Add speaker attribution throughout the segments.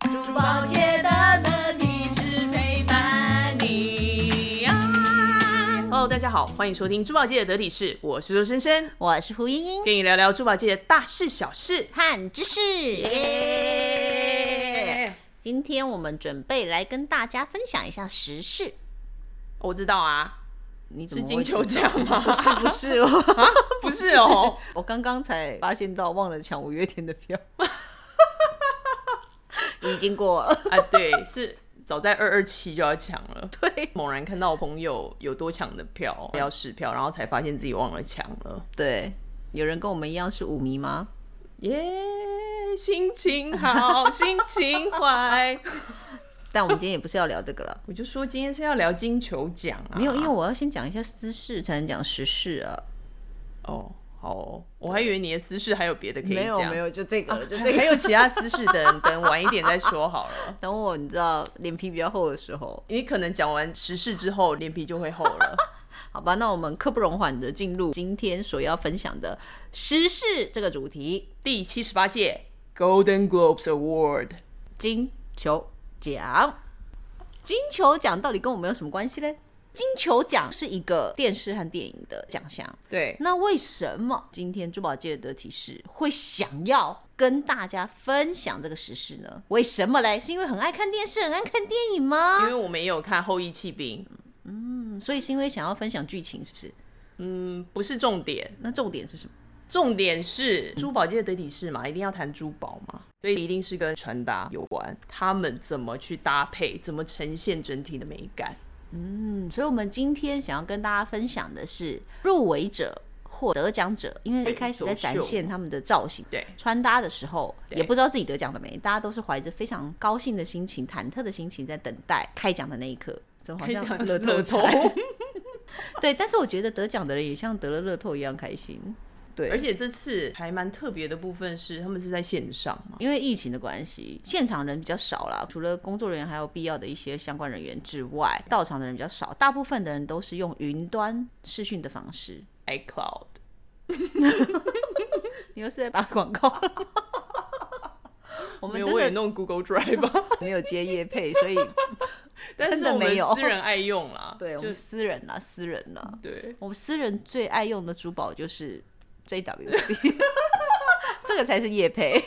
Speaker 1: 珠宝界的乐迪是陪伴你啊！
Speaker 2: Hello，大家好，欢迎收听珠宝界的得体事，我是周深深，
Speaker 1: 我是胡茵茵，
Speaker 2: 跟你聊聊珠宝界的大事小事。
Speaker 1: 看知识
Speaker 2: 哦
Speaker 1: 耶！今天我们准备来跟大家分享一下时事。
Speaker 2: 我知道啊，
Speaker 1: 你怎
Speaker 2: 是
Speaker 1: 么
Speaker 2: 金
Speaker 1: 会
Speaker 2: 球
Speaker 1: 知道
Speaker 2: 奖吗？
Speaker 1: 不是不是哦，
Speaker 2: 不是哦，
Speaker 1: 我刚刚才发现到忘了抢五月天的票，已经过了。
Speaker 2: 啊，对，是早在二二七就要抢了。 对，猛然看到朋友有多抢的票，要试票，然后才发现自己忘了抢了，
Speaker 1: 对，有人跟我们一样是舞迷吗？
Speaker 2: 耶、心情好， 心情坏。
Speaker 1: 但我们今天也不是要聊这 个了。
Speaker 2: 我就说今天是要聊金球奖啊，
Speaker 1: 没有，因为我要先讲一下私事，才能讲时事啊。
Speaker 2: 哦，好哦我还以为你的私事还有别的可以
Speaker 1: 没
Speaker 2: 讲，
Speaker 1: 有没有，就这个了，就这
Speaker 2: 还
Speaker 1: 个。
Speaker 2: 有其他私事等等晚一点再说好了。
Speaker 1: 等我你知道脸皮比较厚的时候，
Speaker 2: 你可能讲完时事之后，脸皮就会厚了。
Speaker 1: 好吧，那我们刻不容缓的进入今天所要分享的时事这个主题
Speaker 2: 第七十八届 Golden Globes Award，
Speaker 1: ——金球奖。金球奖到底跟我们有什么关系嘞？金球奖是一个电视和电影的奖项，
Speaker 2: 对，
Speaker 1: 那为什么今天珠宝界的提示会想要跟大家分享这个时事呢？为什么嘞？是因为很爱看电视，很爱看电影
Speaker 2: 因
Speaker 1: 吗？
Speaker 2: 为我们也有看《后羿弃兵》，
Speaker 1: 嗯，所以是因为想要分享剧情，是不是？
Speaker 2: 嗯，不是重点，
Speaker 1: 那重点是什么？
Speaker 2: 重点是珠宝界的得体式嘛，一定要谈珠宝嘛，所以一定是跟穿搭有关，他们怎么去搭配，怎么呈现整体的美感。
Speaker 1: 嗯，所以我们今天想要跟大家分享的是入围者或得奖者，因为一开始在展现他们的造型、
Speaker 2: 对，
Speaker 1: 穿搭的时候，
Speaker 2: 对
Speaker 1: 也不知道自己得奖了没，大家都是怀着非常高兴的心情、忐忑的心情在等待开奖的那一刻，怎么好像乐透彩？ 对，但是我觉得得奖的人也像得了乐透一样开心。对，
Speaker 2: 而且这次还蛮特别的部分是，他们是在线上嘛，
Speaker 1: 因为疫情的关系，现场人比较少啦，除了工作人员还有必要的一些相关人员之外，到场的人比较少，大部分的人都是用云端视讯的方式。
Speaker 2: iCloud。
Speaker 1: 你又是在打广告 了吗？我
Speaker 2: 没
Speaker 1: 们
Speaker 2: 有，
Speaker 1: 真
Speaker 2: 我也
Speaker 1: 的
Speaker 2: 弄 Google Drive 吧，
Speaker 1: 没有接业配， 所以
Speaker 2: 但
Speaker 1: 真
Speaker 2: 是
Speaker 1: 的
Speaker 2: 我们
Speaker 1: 没有。
Speaker 2: 私人爱用啦
Speaker 1: 对我
Speaker 2: 就
Speaker 1: 们私人啦，私人啦，
Speaker 2: 对，
Speaker 1: 我们私人最爱用的珠宝就是 JWC，这个才是业配。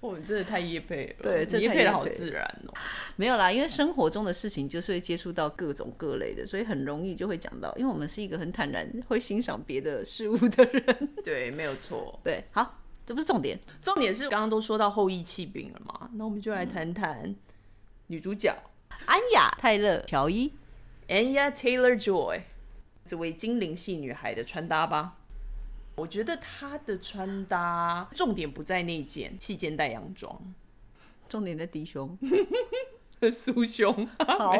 Speaker 2: 我们真的太夜配了，
Speaker 1: 对真的
Speaker 2: 夜
Speaker 1: 太
Speaker 2: 配
Speaker 1: 业
Speaker 2: 的好
Speaker 1: 配
Speaker 2: 自然 哦、
Speaker 1: 没有啦，因为生活中的事情就是会接触到各种各类的，所以很容易就会讲到，因为我们是一个很坦然会欣赏别的事物的人。
Speaker 2: 对，没有错。
Speaker 1: 对，好，这不是重点。
Speaker 2: 重点是刚刚都说到后羿弃兵了嘛，那我们就
Speaker 1: 嗯
Speaker 2: 来谈谈女主角
Speaker 1: 安雅泰勒乔伊，
Speaker 2: Anya Taylor Joy 这位精灵系女孩的穿搭吧。我觉得她的穿搭重点不在内件、细肩带洋装、
Speaker 1: 重点在低胸。
Speaker 2: 酥胸，
Speaker 1: 好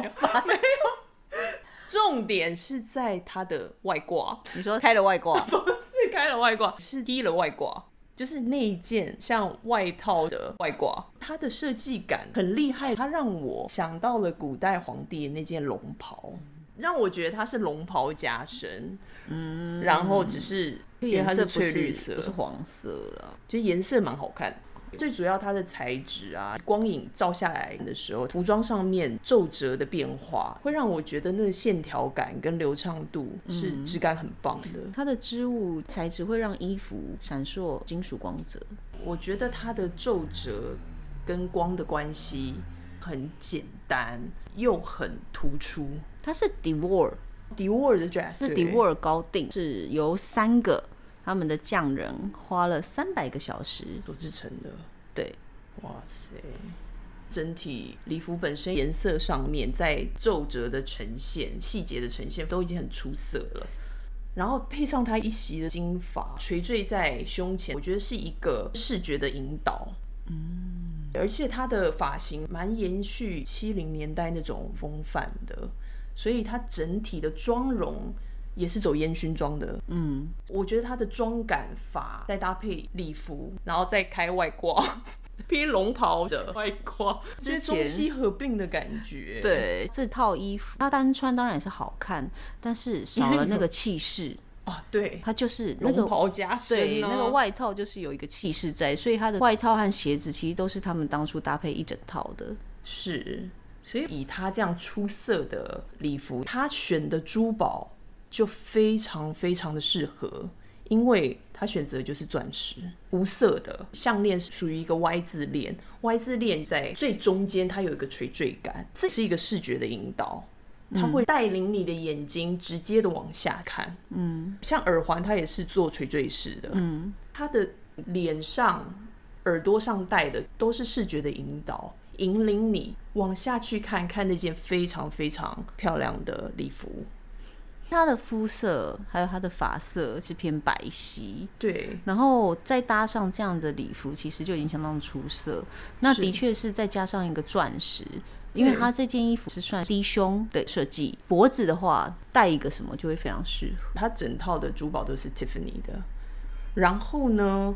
Speaker 2: 没有，重点是在她的外挂。
Speaker 1: 你说开了外挂，
Speaker 2: 是开了外挂，是低了外挂，就是那一件像外套的外挂，它的设计感很厉害，它让我想到了古代皇帝的那件龙袍，让我觉得它是龙袍加身，嗯，然后只是 因为
Speaker 1: 颜
Speaker 2: 它
Speaker 1: 色不
Speaker 2: 翠
Speaker 1: 是
Speaker 2: 绿色，
Speaker 1: 不是黄色了。
Speaker 2: 就颜色蛮好看的。最主要它的材质啊，光影照下来的时候，服装上面皱褶的变化，会让我觉得那个线条感跟流畅度是质感很棒的。
Speaker 1: 它的织物材质会让衣服闪烁金属光泽，
Speaker 2: 我觉得它的皱褶跟光的关系很简单，又很突出。
Speaker 1: 它是 Dior，
Speaker 2: Dior 的 dress
Speaker 1: 是
Speaker 2: 对
Speaker 1: Dior 高定，是由三个他们的匠人花了三百个小时，
Speaker 2: 所制成的。
Speaker 1: 对，
Speaker 2: 哇塞！整体礼服本身颜色上面，在皱褶的呈现、细节的呈现都已经很出色了，然后配上它一袭的金发垂坠在胸前，我觉得是一个视觉的引导。嗯，而且它的发型蛮延续七零年代那种风范的，所以它整体的妆容也是走烟熏妆的
Speaker 1: 嗯
Speaker 2: 我觉得它的妆感法，再搭配礼服，然后再开外挂， 披龙袍的外挂，
Speaker 1: 之前
Speaker 2: 就是中西合并的感觉。，
Speaker 1: 对，这套衣服它单穿当然也是好看，但是少了那个气势。
Speaker 2: 啊，对，
Speaker 1: 它就是那
Speaker 2: 龙
Speaker 1: 个
Speaker 2: 袍加身、啊，
Speaker 1: 对那个外套就是有一个气势在，所以它的外套和鞋子其实都是他们当初搭配一整套的。
Speaker 2: 是，所以以他这样出色的礼服，他选的珠宝就非常非常的适合，因为他选择的就是钻石，无色的项链是属于一个 Y 字链，Y 字链在最中间它有一个垂坠感，这是一个视觉的引导。它会带领你的眼睛直接的往下看，嗯，像耳环它也是做垂坠式的，嗯，它的脸上耳朵上戴的都是视觉的引导，引领你往下去看看那件非常非常漂亮的礼服。
Speaker 1: 它的肤色还有它的发色是偏白皙，
Speaker 2: 对，
Speaker 1: 然后再搭上这样的礼服，其实就已经相当出色。那
Speaker 2: 是
Speaker 1: 的确是再加上一个钻石，因为
Speaker 2: 对
Speaker 1: 它这件衣服是算低胸的设计，脖子的话戴一个什么就会非常适合。
Speaker 2: 它整套的珠宝都是 Tiffany 的。然后呢，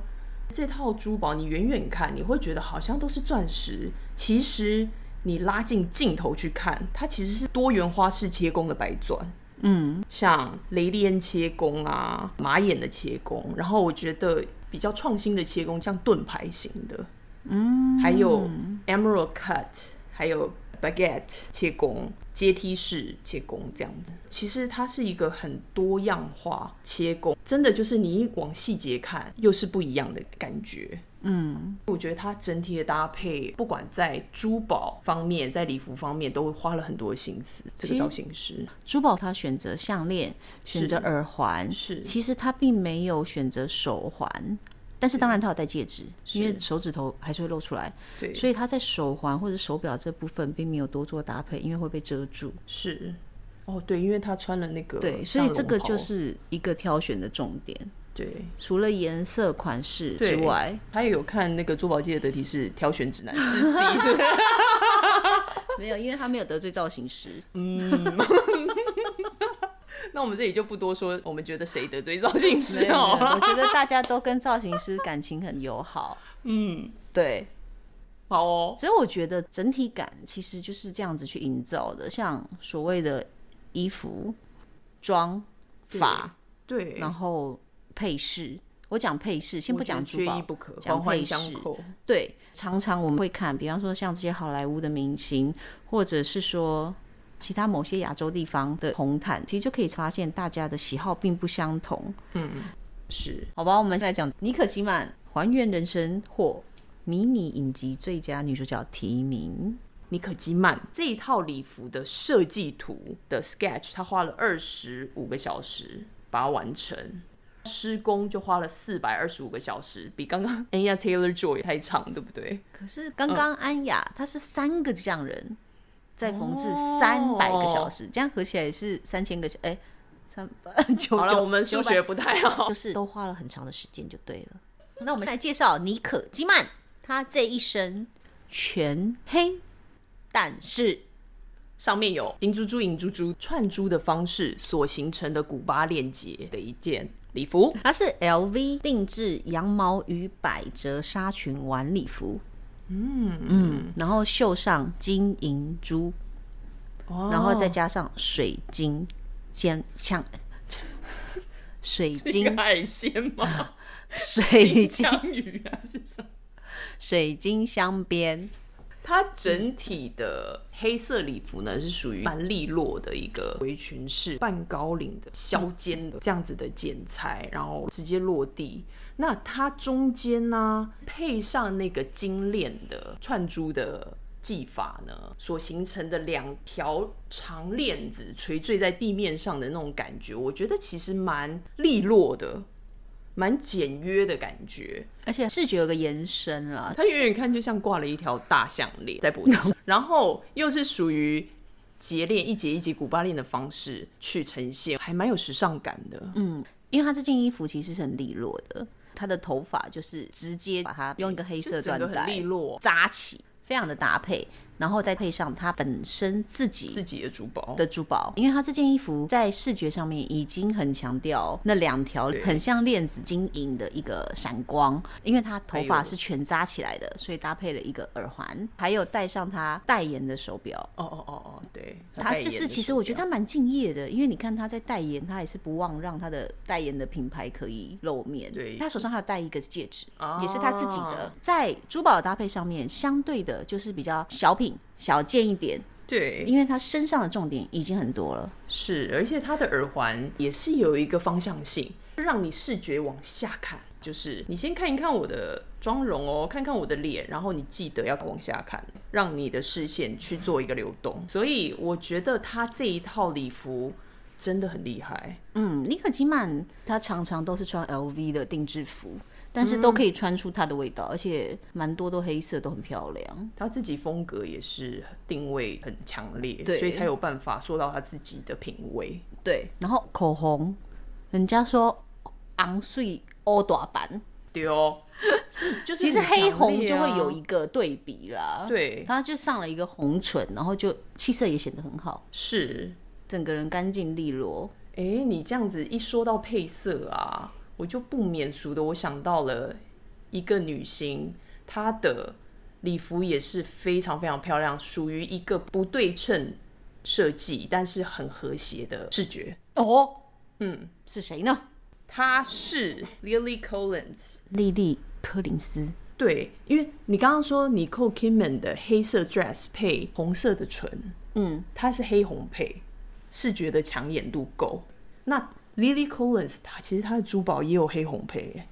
Speaker 2: 这套珠宝你远远看，你会觉得好像都是钻石，其实你拉近镜头去看，它其实是多元花式切工的白钻。嗯，像雷利恩切工啊，马眼的切工，然后我觉得比较创新的切工，像盾牌型的，嗯，还有 emerald cut，还有 baguette 切工、阶梯式切工这样子。其实它是一个很多样化切工，真的就是你一往细节看，又是不一样的感觉。嗯，我觉得它整体的搭配，不管在珠宝方面，在礼服方面，都花了很多心思。这个
Speaker 1: 其实
Speaker 2: 造型师
Speaker 1: 珠宝它选择项链，选择耳环，
Speaker 2: 是
Speaker 1: 其实它并没有选择手环。但是当然，它有戴戒指，因为手指头还是会露出来，
Speaker 2: 对，
Speaker 1: 所以它在手环或者手表这部分并没有多做搭配，因为会被遮住。
Speaker 2: 是哦，对，因为他穿了那个
Speaker 1: 对，所
Speaker 2: 像
Speaker 1: 以这个
Speaker 2: 龙袍
Speaker 1: 就是一个挑选的重点。
Speaker 2: 对。
Speaker 1: 除了颜色、款式
Speaker 2: 对
Speaker 1: 之外，
Speaker 2: 他也有看那个珠宝界的提示挑选指南，是 C 是不是？
Speaker 1: 没有，因为他没有得罪造型师。
Speaker 2: 那我们这里就不多说，我们觉得谁得罪造型
Speaker 1: 没有，没
Speaker 2: 师
Speaker 1: 有
Speaker 2: 哦。
Speaker 1: 我觉得大家都跟造型师感情很友好。嗯，对。
Speaker 2: 好哦，
Speaker 1: 所以我觉得整体感其实就是这样子去营造的，像所谓的衣服、妆、发，
Speaker 2: 对，
Speaker 1: 然后配饰。我讲配饰，先不
Speaker 2: 我觉
Speaker 1: 讲
Speaker 2: 得
Speaker 1: 珠宝
Speaker 2: 缺一，不可，
Speaker 1: 讲
Speaker 2: 环环
Speaker 1: 配
Speaker 2: 相
Speaker 1: 饰
Speaker 2: 扣。
Speaker 1: 对，常常我们会看，比方说像这些好莱坞的明星，或者是说其他某些亚洲地方的红毯，其实就可以发现大家的喜好并不相同。
Speaker 2: 嗯是
Speaker 1: 好吧，我们现在讲妮可基曼还原人生获迷你影集最佳女主角提名。
Speaker 2: 妮可基曼这一套礼服的设计图的 sketch，他花了二十五个小时把它完成。施工就花了四百二十五个小时，比刚刚 Anya Taylor Joy 还长，对不对？
Speaker 1: 可是刚刚安雅、她是三个匠人在缝制
Speaker 2: 哦
Speaker 1: 三百个小时，这样合起来也是三千个小哎。三 百九
Speaker 2: 好
Speaker 1: 九
Speaker 2: 了，我们数
Speaker 1: 900
Speaker 2: 学不太好
Speaker 1: 就。是都花了很长的时间就对了。那我们来介绍妮可基曼，她这一身全黑，但是
Speaker 2: 上面有金珠珠、银珠珠串珠的方式所形成的古巴链接的一件礼服，
Speaker 1: 它是 LV 定制羊毛与百褶纱裙晚礼服。嗯嗯，然后绣上金银珠，
Speaker 2: 哦
Speaker 1: 然后再加上水晶尖枪，水
Speaker 2: 一个
Speaker 1: 晶
Speaker 2: 海鲜吗？
Speaker 1: 水晶
Speaker 2: 江鱼啊是什么？
Speaker 1: 水晶镶边，
Speaker 2: 它整体的黑色礼服呢，是属于蛮利落的一个围裙式、半高领的削肩的这样子的剪裁，然后直接落地。那它中间呢、配上那个金链的串珠的技法呢，所形成的两条长链子垂坠在地面上的那种感觉，我觉得其实蛮利落的，蛮简约的感觉。
Speaker 1: 而且视觉有个延伸啦，
Speaker 2: 它远远看就像挂了一条大项链在脖子上，然后又是属于节链一节一节古巴链的方式去呈现，还蛮有时尚感的。嗯，
Speaker 1: 因为她这件衣服其实是很利落的，她的头发就是直接把它用一个黑色
Speaker 2: 整
Speaker 1: 缎
Speaker 2: 个很
Speaker 1: 带
Speaker 2: 利落。
Speaker 1: 扎起，非常的搭配。然后再配上他本身自己
Speaker 2: 自己的珠宝，
Speaker 1: 的珠宝，因为他这件衣服在视觉上面已经很强调那两条
Speaker 2: 对
Speaker 1: 很像链子晶莹的一个闪光，因为他头
Speaker 2: 还
Speaker 1: 发
Speaker 2: 有
Speaker 1: 是全扎起来的，所以搭配了一个耳环，还有戴上他代言的手表。
Speaker 2: 哦哦哦哦，对，
Speaker 1: 他就是，其实我觉得
Speaker 2: 他
Speaker 1: 他蛮敬业的，因为你看他在代言，他也是不忘让他的代言的品牌可以露面。
Speaker 2: 对
Speaker 1: 他手上还有戴一个戒指，
Speaker 2: 哦
Speaker 1: 也是他自己的。在珠宝的搭配上面，相对的就是比较小品、小件一点，
Speaker 2: 对
Speaker 1: 因为他身上的重点已经很多了。
Speaker 2: 是，而且他的耳环也是有一个方向性，让你视觉往下看，就是你先看一看我的妆容哦，看看我的脸，然后你记得要往下看，让你的视线去做一个流动。所以我觉得他这一套礼服真的很厉害，
Speaker 1: 嗯，尼可基曼他常常都是穿 LV 的定制服，但是
Speaker 2: 嗯
Speaker 1: 都可以穿出他的味道，而且蛮多都黑色，都很漂亮。
Speaker 2: 他自己风格也是定位很强烈，
Speaker 1: 对
Speaker 2: 所以才有办法说到他自己的品味。
Speaker 1: 对，然后口红，人家说昂碎欧短版，
Speaker 2: 对哦，是就是、
Speaker 1: 其实黑红就会有
Speaker 2: 一。
Speaker 1: 一个对比
Speaker 2: 啊
Speaker 1: 啦。，
Speaker 2: 对，
Speaker 1: 他就上了一个红唇，然后就气色也显得很好，
Speaker 2: 是。
Speaker 1: 整个人干净利落。
Speaker 2: 哎、你这样子一说到配色啊，我就不免俗的，我想到了一个女星，她的礼服也是非常非常漂亮，属于一个不对称设计，但是很和谐的视觉。
Speaker 1: 哦，嗯，是谁呢？
Speaker 2: 她是 Lily Collins。
Speaker 1: 莉莉柯林斯。
Speaker 2: 对，因为你刚刚说 Nicole Kidman 的黑色 dress 配红色的唇，嗯，它是黑红配，视觉的抢眼度够。那 Lily Collins 它其实它的珠宝也有黑红配耶，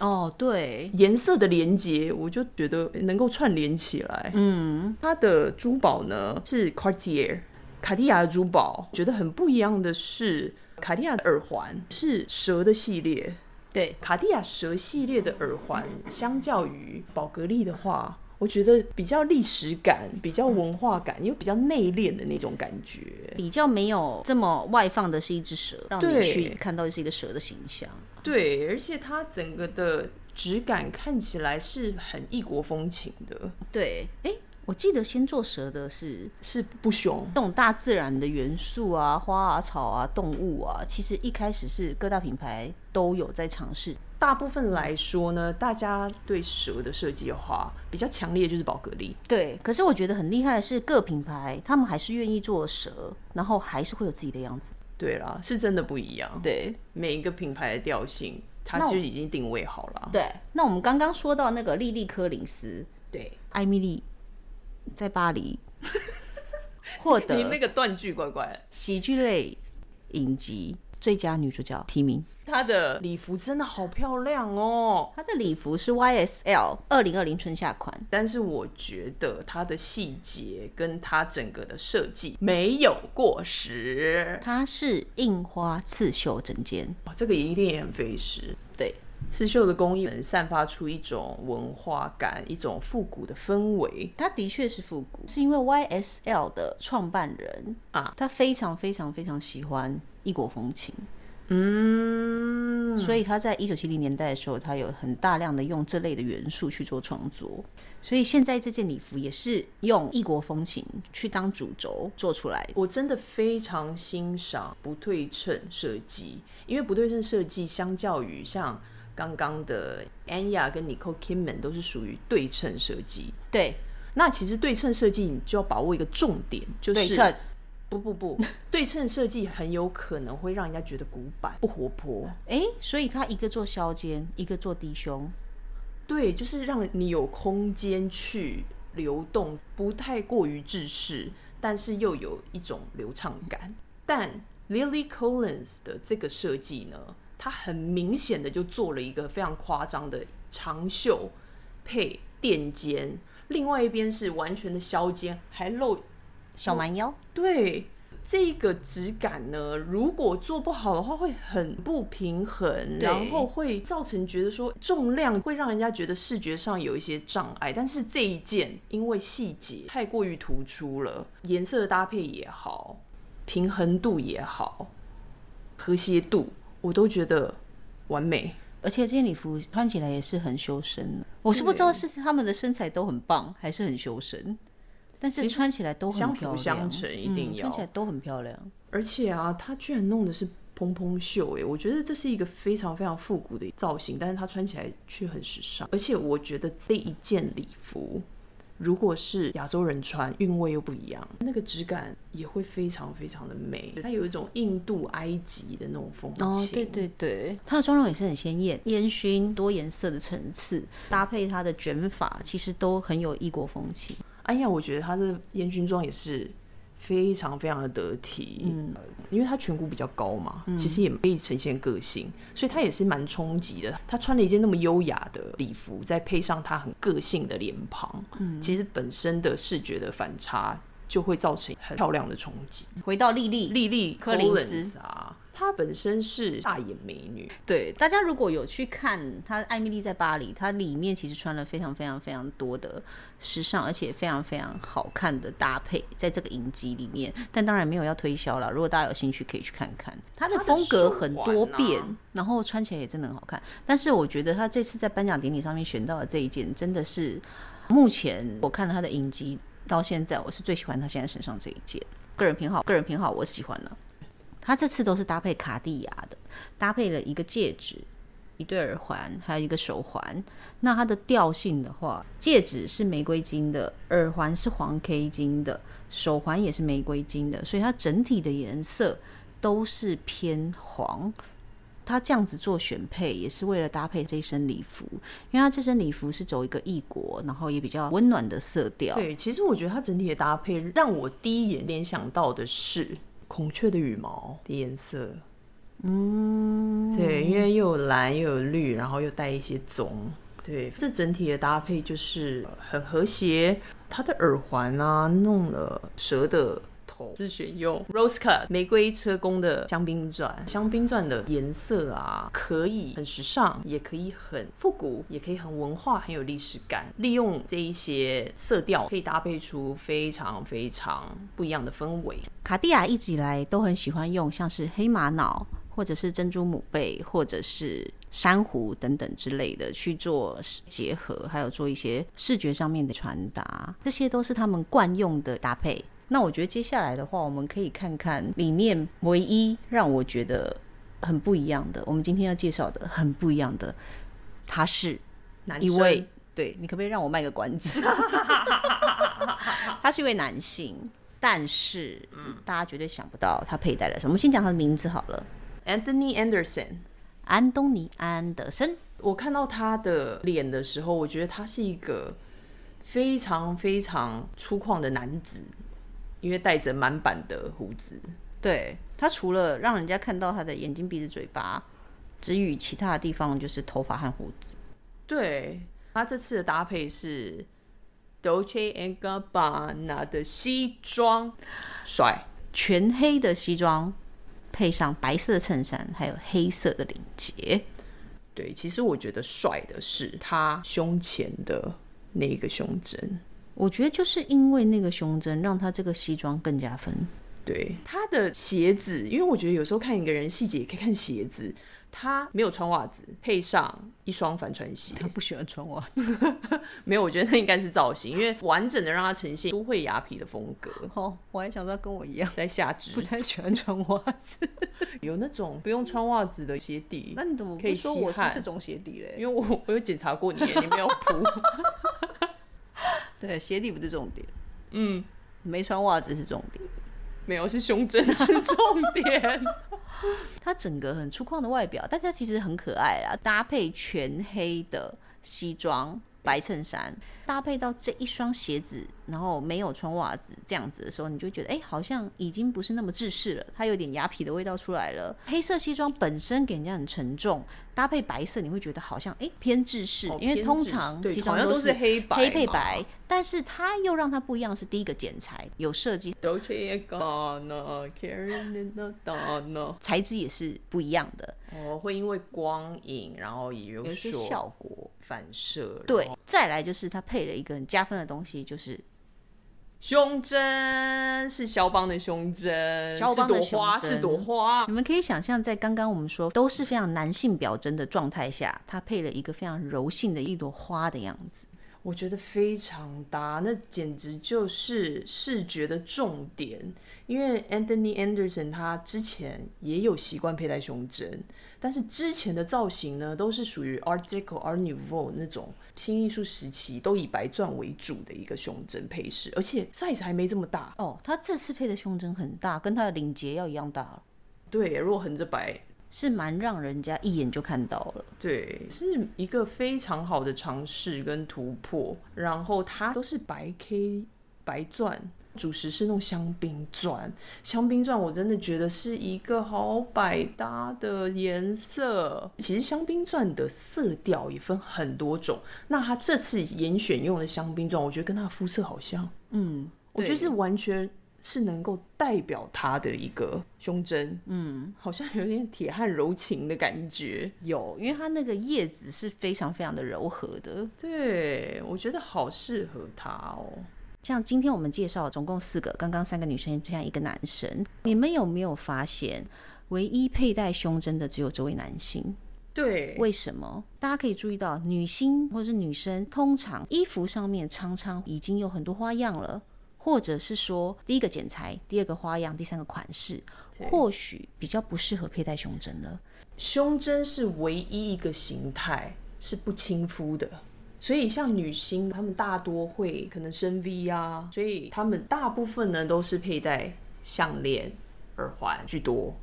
Speaker 1: 哦，对，
Speaker 2: 颜色的连接，我就觉得能够串联起来。嗯，它的珠宝呢是 Cartier 卡地亚的珠宝，觉得很不一样的是，卡地亚的耳环是蛇的系列，
Speaker 1: 对，
Speaker 2: 卡地亚蛇系列的耳环，相较于宝格丽的话，我觉得比较历史感、比较文化感，又比较内敛的那种感觉。
Speaker 1: 比较没有这么外放的是一只蛇，让你
Speaker 2: 对
Speaker 1: 去看到是一个蛇的形象。
Speaker 2: 对，而且它整个的质感看起来是很异国风情的，
Speaker 1: 对，哎、我记得先做蛇的是
Speaker 2: 是不凶。
Speaker 1: 这种大自然的元素啊，花啊、草啊、动物啊，其实一开始是各大品牌都有在尝试。
Speaker 2: 大部分来说呢，大家对蛇的设计的话，比较强烈就是宝格丽。
Speaker 1: 对，可是我觉得很厉害的是各品牌，他们还是愿意做蛇，然后还是会有自己的样子。
Speaker 2: 对啦，是真的不一样，
Speaker 1: 对
Speaker 2: 每一个品牌的调性，它
Speaker 1: 那我
Speaker 2: 就已经定位好了。
Speaker 1: 对，那我们刚刚说到那个莉莉柯林斯，
Speaker 2: 对，
Speaker 1: 艾米丽在巴黎 获
Speaker 2: 你那
Speaker 1: 得
Speaker 2: 个断句怪怪的。
Speaker 1: 喜剧类影集最佳女主角提名。
Speaker 2: 她的礼服真的好漂亮哦，
Speaker 1: 她的礼服是 YSL 二零二零春夏款，
Speaker 2: 但是我觉得她的细节跟她整个的设计没有过时，
Speaker 1: 它是印花刺绣整件。
Speaker 2: 哦、这个一定也很费时。
Speaker 1: 对，
Speaker 2: 刺绣的工艺能散发出一种文化感，一种复古的氛围。
Speaker 1: 它的确是复古，是因为 YSL 的创办人
Speaker 2: 啊，
Speaker 1: 他非常非常非常喜欢异国风情。嗯，所以他在一九七零年代的时候，他有很大量的用这类的元素去做创作，所以现在这件礼服也是用异国风情去当主轴做出来的。
Speaker 2: 我真的非常欣赏不对称设计，因为不对称设计相较于像刚刚的 Anya 跟 Nicole Kidman 都是属于对称设计。
Speaker 1: 对，
Speaker 2: 那其实对称设计你就要把握一个重点，就是
Speaker 1: 对称，
Speaker 2: 不不不，对称设计很有可能会让人家觉得古板不活泼。
Speaker 1: 哎，所以他一个做削肩，一个做低胸，
Speaker 2: 对，就是让你有空间去流动，不太过于制式，但是又有一种流畅感。但 Lily Collins 的这个设计呢，它很明显的就做了一个非常夸张的长袖配垫肩，另外一边是完全的削肩，还露
Speaker 1: 小蛮腰。
Speaker 2: 对这个质感呢，如果做不好的话，会很不平衡，
Speaker 1: 对
Speaker 2: 然后会造成觉得说重量会让人家觉得视觉上有一些障碍。但是这一件因为细节太过于突出了，颜色的搭配也好，平衡度也好，和谐度，我都觉得完美。
Speaker 1: 而且这件礼服穿起来也是很修身的。我是不知道是他们的身材都很棒，还是很修身。但是
Speaker 2: 其实
Speaker 1: 穿起来都很
Speaker 2: 相
Speaker 1: 漂
Speaker 2: 辅
Speaker 1: 亮，
Speaker 2: 相成一定
Speaker 1: 嗯穿起
Speaker 2: 要
Speaker 1: 来都很漂亮。
Speaker 2: 而且啊，他居然弄的是蓬蓬袖，哎，我觉得这是一个非常非常复古的造型，但是他穿起来却很时尚。而且我觉得这一件礼服，如果是亚洲人穿，韵味又不一样，那个质感也会非常非常的美。它有一种印度、埃及的那种风情。
Speaker 1: 哦，对对对，她的妆容也是很鲜艳，烟熏多颜色的层次，搭配她的卷发，其实都很有异国风情。
Speaker 2: 哎呀，我觉得她的烟熏妆也是非常非常的得体，嗯，因为她颧骨比较高嘛，
Speaker 1: 嗯
Speaker 2: 其实也可以呈现个性，所以她也是蛮冲击的。她穿了一件那么优雅的礼服，再配上她很个性的脸庞，嗯，其实本身的视觉的反差就会造成很漂亮的冲击。
Speaker 1: 回到丽丽，
Speaker 2: 莉莉
Speaker 1: 柯林斯
Speaker 2: Collins 啊，她本身是大眼美女，
Speaker 1: 对，大家如果有去看她《艾米丽在巴黎》，它里面其实穿了非常非常非常多的时尚，而且非常非常好看的搭配，在这个影集里面。但当然没有要推销了，如果大家有兴趣可以去看看。她的
Speaker 2: 她的
Speaker 1: 风格很多
Speaker 2: 手环啊
Speaker 1: 变，然后穿起来也真的很好看。但是我觉得她这次在颁奖典礼上面选到的这一件，真的是目前我看了她的影集到现在，我是最喜欢她现在身上这一件。个人偏好，个人偏好，我喜欢了。她这次都是搭配卡地亚的。搭配了一个戒指、一对耳环，还有一个手环。那它的调性的话，戒指是玫瑰金的，耳环是黄 K 金的，手环也是玫瑰金的，所以它整体的颜色都是偏黄。它这样子做选配也是为了搭配这身礼服，因为它这身礼服是走一个异国，然后也比较温暖的色调。
Speaker 2: 对，其实我觉得它整体的搭配让我第一眼联想到的是孔雀的羽毛的颜色。嗯，对，因为又有蓝又有绿，然后又带一些棕。对，这整体的搭配就是呃很和谐。它的耳环啊，弄了蛇的头是选用 rose cut 玫瑰车工的香槟钻，香槟钻的颜色啊，可以很时尚，也可以很复古，也可以很文化，很有历史感。利用这一些色调，可以搭配出非常非常不一样的氛围。
Speaker 1: 卡地亚一直以来都很喜欢用像是黑玛瑙，或者是珍珠母贝，或者是珊瑚等等之类的去做结合，还有做一些视觉上面的传达，这些都是他们惯用的搭配。那我觉得接下来的话，我们可以看看里面唯一让我觉得很不一样的，我们今天要介绍的很不一样的，它是
Speaker 2: 男
Speaker 1: 一
Speaker 2: 生
Speaker 1: 位，对你可不可以让我卖个关子？ 他是一位男性，但是、大家绝对想不到他佩戴了什么。我们先讲他的名字好了，
Speaker 2: Anthony Anderson，
Speaker 1: 安东尼·安德森。
Speaker 2: 我看到他的脸的时候，我觉得他是一个非常非常粗犷的男子，因为带着满版的胡子。
Speaker 1: 对他除了让人家看到他的眼睛、鼻子、嘴巴之余，其他的地方就是头发和胡子。
Speaker 2: 对他这次的搭配是 Dolce and Gabbana 的西装，帅。
Speaker 1: 全黑的西装配上白色的衬衫，还有黑色的领结。
Speaker 2: 对，其实我觉得帅的是他胸前的那个胸针。
Speaker 1: 我觉得就是因为那个胸针，让他这个西装更加分。
Speaker 2: 对，他的鞋子，因为我觉得有时候看一个人细节也可以看鞋子。他没有穿袜子，配上一双帆船鞋，
Speaker 1: 他不喜欢穿 袜
Speaker 2: 没有，我觉得那应该是造型，因为完整的让它呈现都会雅痞的风格，
Speaker 1: 哦，我还想说跟我一样，
Speaker 2: 在下肢
Speaker 1: 太喜欢穿袜子。
Speaker 2: 有那种不用穿袜子的鞋底
Speaker 1: 那，你怎么
Speaker 2: 可
Speaker 1: 不
Speaker 2: 以
Speaker 1: 说
Speaker 2: 吸
Speaker 1: 我是
Speaker 2: 汗
Speaker 1: 这种鞋底嘞？
Speaker 2: 因为我 我有检查过你，你没有 铺，
Speaker 1: 对，鞋底不是重点。嗯，没穿袜子是重点。
Speaker 2: 没有是胸针是重 点。
Speaker 1: 他整个很粗犷的外表，但他其实很可爱啦，搭配全黑的西装。白衬衫搭配到这一双鞋子，然后没有穿袜子这样子的时候，你就觉得哎、好像已经不是那么制式了，它有点雅痞的味道出来了。黑色西装本身给人家很沉重，搭配白色，你会觉得好像哎、偏制式，
Speaker 2: 哦
Speaker 1: 因为
Speaker 2: 偏
Speaker 1: 通
Speaker 2: 制
Speaker 1: 常
Speaker 2: 对
Speaker 1: 西
Speaker 2: 好
Speaker 1: 装
Speaker 2: 像
Speaker 1: 都
Speaker 2: 都是黑白
Speaker 1: 黑配
Speaker 2: 嘛
Speaker 1: 白，但是它又让它不一样，是第一个剪裁有设计，
Speaker 2: Dolce and Gabbana, Karen and Donna。
Speaker 1: 材质也是不一样的，
Speaker 2: 哦，会因为光影，然后也有
Speaker 1: 有一些
Speaker 2: 所
Speaker 1: 效果。
Speaker 2: 反射。
Speaker 1: 对，，再来就是它配了一个很加分的东西，就是
Speaker 2: 胸针是肖邦的胸针，
Speaker 1: 肖邦的
Speaker 2: 是朵花，
Speaker 1: 胸针
Speaker 2: 是朵花。
Speaker 1: 你们可以想象，在刚刚我们说都是非常男性表征的状态下，它配了一个非常柔性的一朵花的样子。
Speaker 2: 我觉得非常搭，那简直就是视觉的重点。因为 Anthony Anderson 他之前也有习惯佩戴胸针，但是之前的造型呢，都是属于 Art Deco、Art Nouveau 那种新艺术时期都以白钻为主的一个胸针配饰，而且 size 还没这么大。
Speaker 1: 哦，他这次配的胸针很大，跟他的领结要一样大了，
Speaker 2: 对，如果横着摆，
Speaker 1: 是蛮让人家一眼就看到了。
Speaker 2: 对，是一个非常好的尝试跟突破。然后它都是白 K 白钻，主食是弄香槟钻。香槟钻我真的觉得是一个好百搭的颜色。其实香槟钻的色调也分很多种，那它这次严选用的香槟钻，我觉得跟它的肤色好像，
Speaker 1: 嗯，
Speaker 2: 我觉得
Speaker 1: 对
Speaker 2: 是完全。是能够代表它的一个胸针，嗯，好像有点铁汉柔情的感觉。
Speaker 1: 有，因为它那个叶子是非常非常的柔和的。
Speaker 2: 对，我觉得好适合他哦。
Speaker 1: 像今天我们介绍总共四个，刚刚三个女生，这样一个男生，你们有没有发现，唯一佩戴胸针的只有这位男星？
Speaker 2: 对，
Speaker 1: 为什么？大家可以注意到，女星或者是女生，通常衣服上面常常已经有很多花样了，或者是说，第一个剪裁，第二个花样，第三个款式，或许比较不适合佩戴胸针了。
Speaker 2: 胸针是唯一一个形态是不亲肤的，所以像女星，她们大多会可能深 V 啊，所以她们大部分呢都是佩戴项链、耳环居多。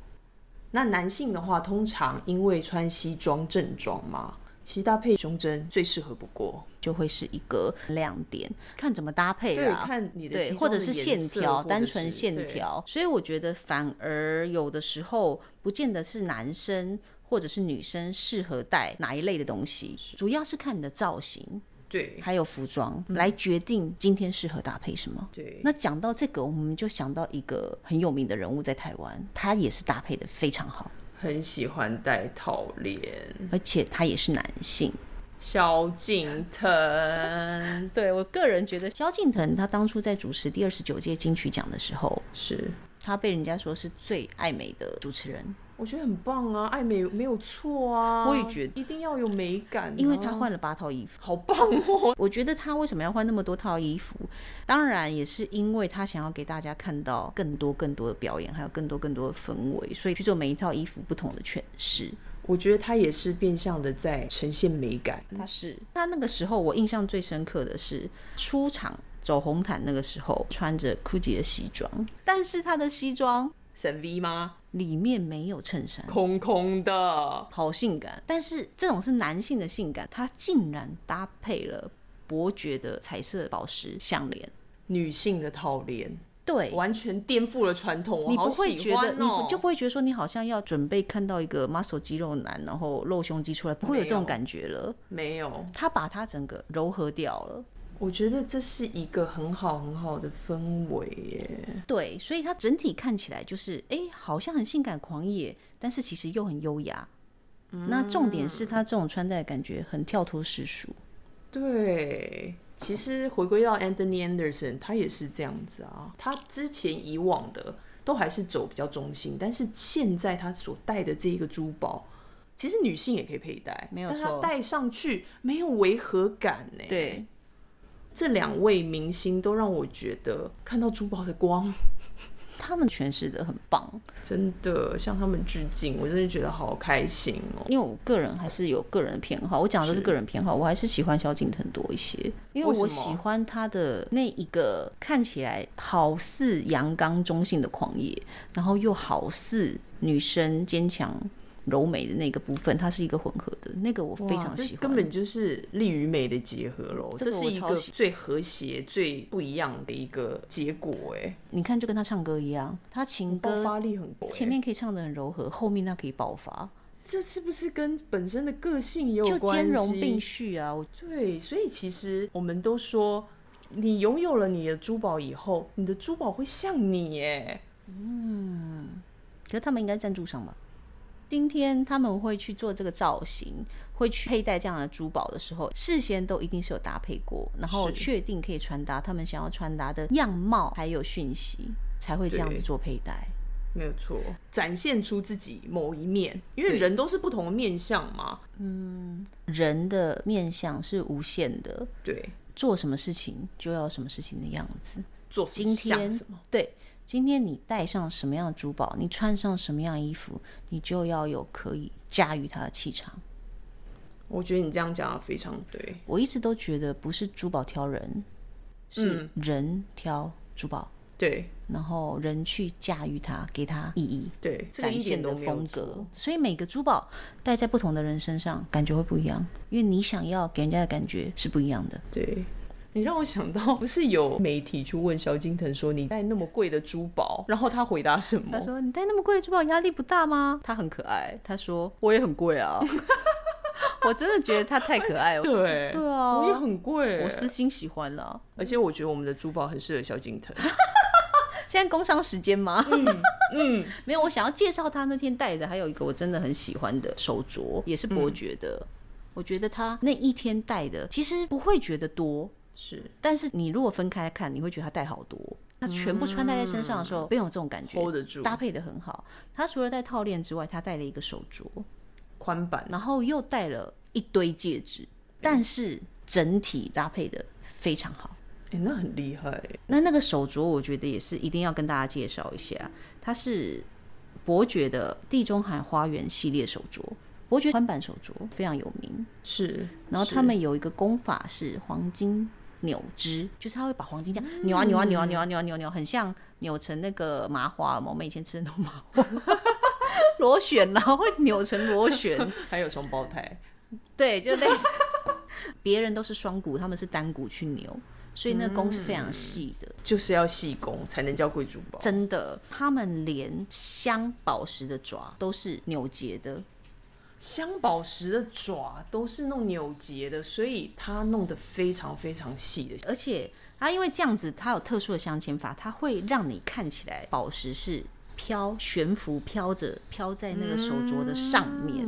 Speaker 2: 那男性的话，通常因为穿西装正装嘛，其实搭配胸针最适合不过。
Speaker 1: 就会是一个 亮点，看怎么搭配
Speaker 2: 对，
Speaker 1: 啦。
Speaker 2: 看你的
Speaker 1: 对，
Speaker 2: 西
Speaker 1: 或
Speaker 2: 装
Speaker 1: 者
Speaker 2: 的
Speaker 1: 是
Speaker 2: 颜
Speaker 1: 线
Speaker 2: 色
Speaker 1: 条，
Speaker 2: 或者
Speaker 1: 单纯
Speaker 2: 是
Speaker 1: 线
Speaker 2: 对
Speaker 1: 条。所以我觉得反而有的时候不见得是男生或者是女生适合戴哪一类的东西，主要是嗯看你的造型
Speaker 2: 对
Speaker 1: 还有服装、来决定今天适合搭配什么。
Speaker 2: 对，
Speaker 1: 那讲到这个，我们就想到一个很有名的人物在台湾，他也是搭配的非常好，
Speaker 2: 很喜欢戴套链。
Speaker 1: 而且他也是男性。
Speaker 2: 萧敬腾
Speaker 1: 嗯对我个人觉得，萧敬腾他当初在主持第二十九届金曲奖的时候，
Speaker 2: 是，
Speaker 1: 他被人家说是最爱美的主持人。
Speaker 2: 我觉得很棒啊，爱美没有错啊，
Speaker 1: 我也觉
Speaker 2: 得一定要有美感、
Speaker 1: 因为他。换了八套衣服。
Speaker 2: 好棒哦！
Speaker 1: 我觉得他为什么要换那么多套衣服？当然也是因为他想要给大家看到更多更多的表演，还有更多更多的氛围，所以去做每一套衣服不同的诠释。
Speaker 2: 我觉得他也是变相的在呈现美感。
Speaker 1: 他是他那个时候，我印象最深刻的是出场走红毯那个时候，穿着 GUCCI 的西装，但是他的西装
Speaker 2: 神 V 吗？
Speaker 1: 里面没有衬衫，
Speaker 2: 空空的，
Speaker 1: 好性感。但是这种是男性的性感，他竟然搭配了伯爵的彩色宝石项链。
Speaker 2: 女性的套链
Speaker 1: 对，
Speaker 2: 完全颠覆了传统。我
Speaker 1: 你
Speaker 2: 好
Speaker 1: 不
Speaker 2: 喜
Speaker 1: 会觉得，
Speaker 2: 欢
Speaker 1: 你
Speaker 2: 哦
Speaker 1: 不就不会觉得说你好像要准备看到一个 muscle 肌肉男，然后露胸肌出来，不会有这种感觉了。
Speaker 2: 没有？
Speaker 1: 他把它整个柔和掉了，
Speaker 2: 我觉得这是一个很好很好的氛围耶。
Speaker 1: 对，所以它整体看起来就是，哎、好像很性感狂野，但是其实又很优雅。
Speaker 2: 嗯
Speaker 1: 那重点是他这种穿戴的感觉很跳脱世俗，
Speaker 2: 对，其实回归到 Anthony Anderson，他也是这样子啊。他之前以往的都还是走比较中性，但是现在他所戴的这一个珠宝，其实女性也可以佩戴，
Speaker 1: 没有
Speaker 2: 但他
Speaker 1: 错
Speaker 2: 戴上去没有违和感呢。，
Speaker 1: 对，
Speaker 2: 这两位明星都让我觉得看到珠宝的光，
Speaker 1: 他们诠释的很棒。
Speaker 2: 真的向他们致敬，我真的觉得好开心哦。
Speaker 1: 因为我个人还是有个人偏好，我讲的都是
Speaker 2: 是
Speaker 1: 个人偏好，我还是喜欢萧敬腾多一些，因为
Speaker 2: 为什
Speaker 1: 我
Speaker 2: 么
Speaker 1: 喜欢他的那一个看起来好似阳刚中性的狂野，然后又好似女生坚强柔美的那个部分，它是一个混合的，那个我非
Speaker 2: 哇
Speaker 1: 常
Speaker 2: 这
Speaker 1: 喜欢，
Speaker 2: 根本就是力与美的结合咯，这
Speaker 1: 这个
Speaker 2: 是
Speaker 1: 我
Speaker 2: 一
Speaker 1: 超
Speaker 2: 个
Speaker 1: 喜
Speaker 2: 最和谐、最不一样的一个结果哎。
Speaker 1: 你看就跟他唱歌一样，他情
Speaker 2: 爆
Speaker 1: 歌
Speaker 2: 发力很高欸。
Speaker 1: 前面可以唱的很柔和，后面那可以爆发，
Speaker 2: 这是不是跟本身的个性也
Speaker 1: 就
Speaker 2: 有关
Speaker 1: 兼
Speaker 2: 系？
Speaker 1: 容并蓄啊，我
Speaker 2: 对，所以其实我们都说，你拥有了你的珠宝以后，你的珠宝会像你欸耶。
Speaker 1: 可是他们应该赞助商吧？今天他们会去做这个造型，会去佩戴这样的珠宝的时候，事先都一定是有搭配过，然后
Speaker 2: 是
Speaker 1: 确定可以传达他们想要传达的样貌还有讯息，才会这样子
Speaker 2: 对
Speaker 1: 做佩戴。
Speaker 2: 没有错，展现出自己某一面，因为
Speaker 1: 对
Speaker 2: 人都是不同的面相嘛。
Speaker 1: 人的面相是无限的，
Speaker 2: 对，
Speaker 1: 做什么事情就要什么事情的样子。
Speaker 2: 做
Speaker 1: 今天
Speaker 2: 像什么？
Speaker 1: 对，今天你带上什么样的珠宝，你穿上什么样的衣服，你就要有可以驾驭它的气场。
Speaker 2: 我觉得你这样讲得非常对，
Speaker 1: 我一直都觉得不是珠宝挑人，是人挑珠宝，
Speaker 2: 对
Speaker 1: 然后人去驾驭它，给它意义。
Speaker 2: 对，这个
Speaker 1: 展
Speaker 2: 一点
Speaker 1: 现
Speaker 2: 都
Speaker 1: 的
Speaker 2: 没有
Speaker 1: 风
Speaker 2: 错
Speaker 1: 格，所以每个珠宝戴在不同的人身上，感觉会不一样，因为你想要给人家的感觉是不一样的。
Speaker 2: 对，你让我想到，不是有媒体去问萧敬腾说你戴那么贵的珠宝，然后他回答什么
Speaker 1: 他？说：“你戴那么贵的珠宝，压力不大吗？”他很可爱， 他说：“我也很贵 啊。”我真的觉得他太可爱了。
Speaker 2: 对，
Speaker 1: 哎对 啊
Speaker 2: 我也很贵，
Speaker 1: 我私心喜欢了。
Speaker 2: 而且我觉得我们的珠宝很适合萧敬腾，
Speaker 1: 现在工商时间吗？嗯， 没有，我想要介绍他那天戴的，还有一个我真的很喜欢的手镯，也是伯爵的。我觉得他那一天戴的，其实不会觉得多，
Speaker 2: 是
Speaker 1: 但是你如果分开看，你会觉得他戴好多。他全部穿戴在身上的时候，没有这种感觉
Speaker 2: hold 嗯得住
Speaker 1: 搭配的很好。他除了戴套链之外，他戴了一个手镯，
Speaker 2: 宽版，
Speaker 1: 然后又戴了一堆戒指，但是整体搭配的非常好。
Speaker 2: 哎、那很厉害，
Speaker 1: 那那个手镯，我觉得也是一定要跟大家介绍一下，它是伯爵的地中海花园系列手镯，伯爵宽版手镯非常有名。
Speaker 2: 是，
Speaker 1: 然后他们有一个功法是黄金扭织，就是他会把黄金这样扭啊扭啊扭啊扭啊扭啊扭啊扭啊，很像扭成那个麻花嘛，我们以前吃的那种麻花。 螺旋啦，会扭成螺旋，
Speaker 2: 还有双胞胎，
Speaker 1: 对，就类似 别人都是双股，他们是单股去扭，所以那个弓是非常细的。
Speaker 2: 就是要细工才能叫贵珠宝，
Speaker 1: 真的，他们连镶宝石的爪都是扭结的，
Speaker 2: 镶宝石的爪都是弄扭结的，所以它弄得非常非常细的，
Speaker 1: 而且它因为这样子，它有特殊的镶嵌法，它会让你看起来宝石是飘悬浮飘着，飘在那个手镯的上面。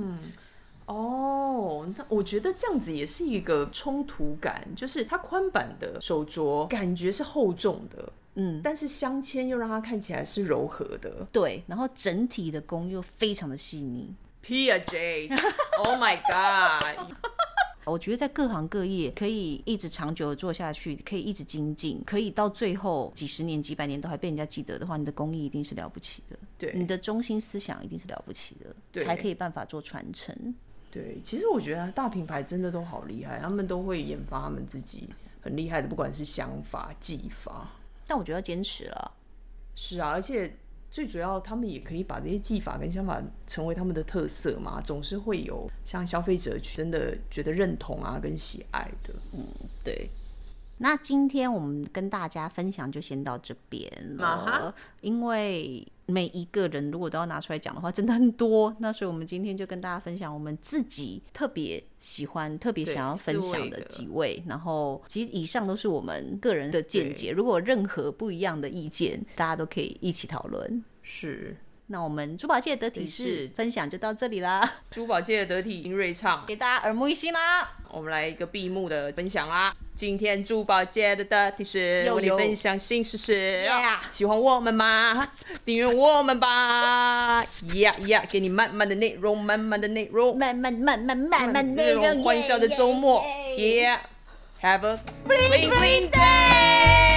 Speaker 2: 哦，那我觉得这样子也是一个冲突感，就是它宽版的手镯感觉是厚重的，嗯，但是镶嵌又让它看起来是柔和的。
Speaker 1: 对，然后整体的弓又非常的细腻。
Speaker 2: P a J，Oh Oh my god！
Speaker 1: 我觉得在各行各业可以一直长久的做下去，可以一直精进，可以到最后几十年、几百年都还被人家记得的话，你的工艺一定是了不起的，
Speaker 2: 对
Speaker 1: 你的中心思想一定是了不起
Speaker 2: 对
Speaker 1: 的，才可以办法做传承。
Speaker 2: 对，其实我觉得大品牌真的都好厉害，他们都会研发他们自己很厉害的，不管是想法、技法。
Speaker 1: 但我觉得要坚持了。
Speaker 2: 是啊，而且最主要，他们也可以把这些技法跟想法成为他们的特色嘛，总是会有像消费者去真的觉得认同啊跟喜爱的。
Speaker 1: 对，那今天我们跟大家分享就先到这边
Speaker 2: 啊
Speaker 1: 了，因为每一个人如果都要拿出来讲的话，真的很多。那所以我们今天就跟大家分享我们自己特别喜欢、特别
Speaker 2: 对
Speaker 1: 想要分享的
Speaker 2: 四位的
Speaker 1: 几位。然后，其实以上都是我们个人的见解，如果有任何不一样的意见，大家都可以一起讨论。
Speaker 2: 是
Speaker 1: 那我们珠宝界得体
Speaker 2: 得
Speaker 1: 式
Speaker 2: 是
Speaker 1: 分享就到这里啦，
Speaker 2: 珠宝界的得体英瑞唱，
Speaker 1: 给大家耳目一新啦。
Speaker 2: 我们来一个闭幕的分享啦。今天珠宝界的得体是
Speaker 1: 又
Speaker 2: 为你
Speaker 1: 有
Speaker 2: 分享新事实
Speaker 1: Yeah
Speaker 2: 喜欢我们吗？订阅我们吧，呀呀，给你满满的内容，满满的内容，
Speaker 1: 慢慢慢慢慢慢内
Speaker 2: 内
Speaker 1: 容
Speaker 2: 容欢笑的周末
Speaker 1: 耶耶耶
Speaker 2: ，Yeah，have a bling bling day。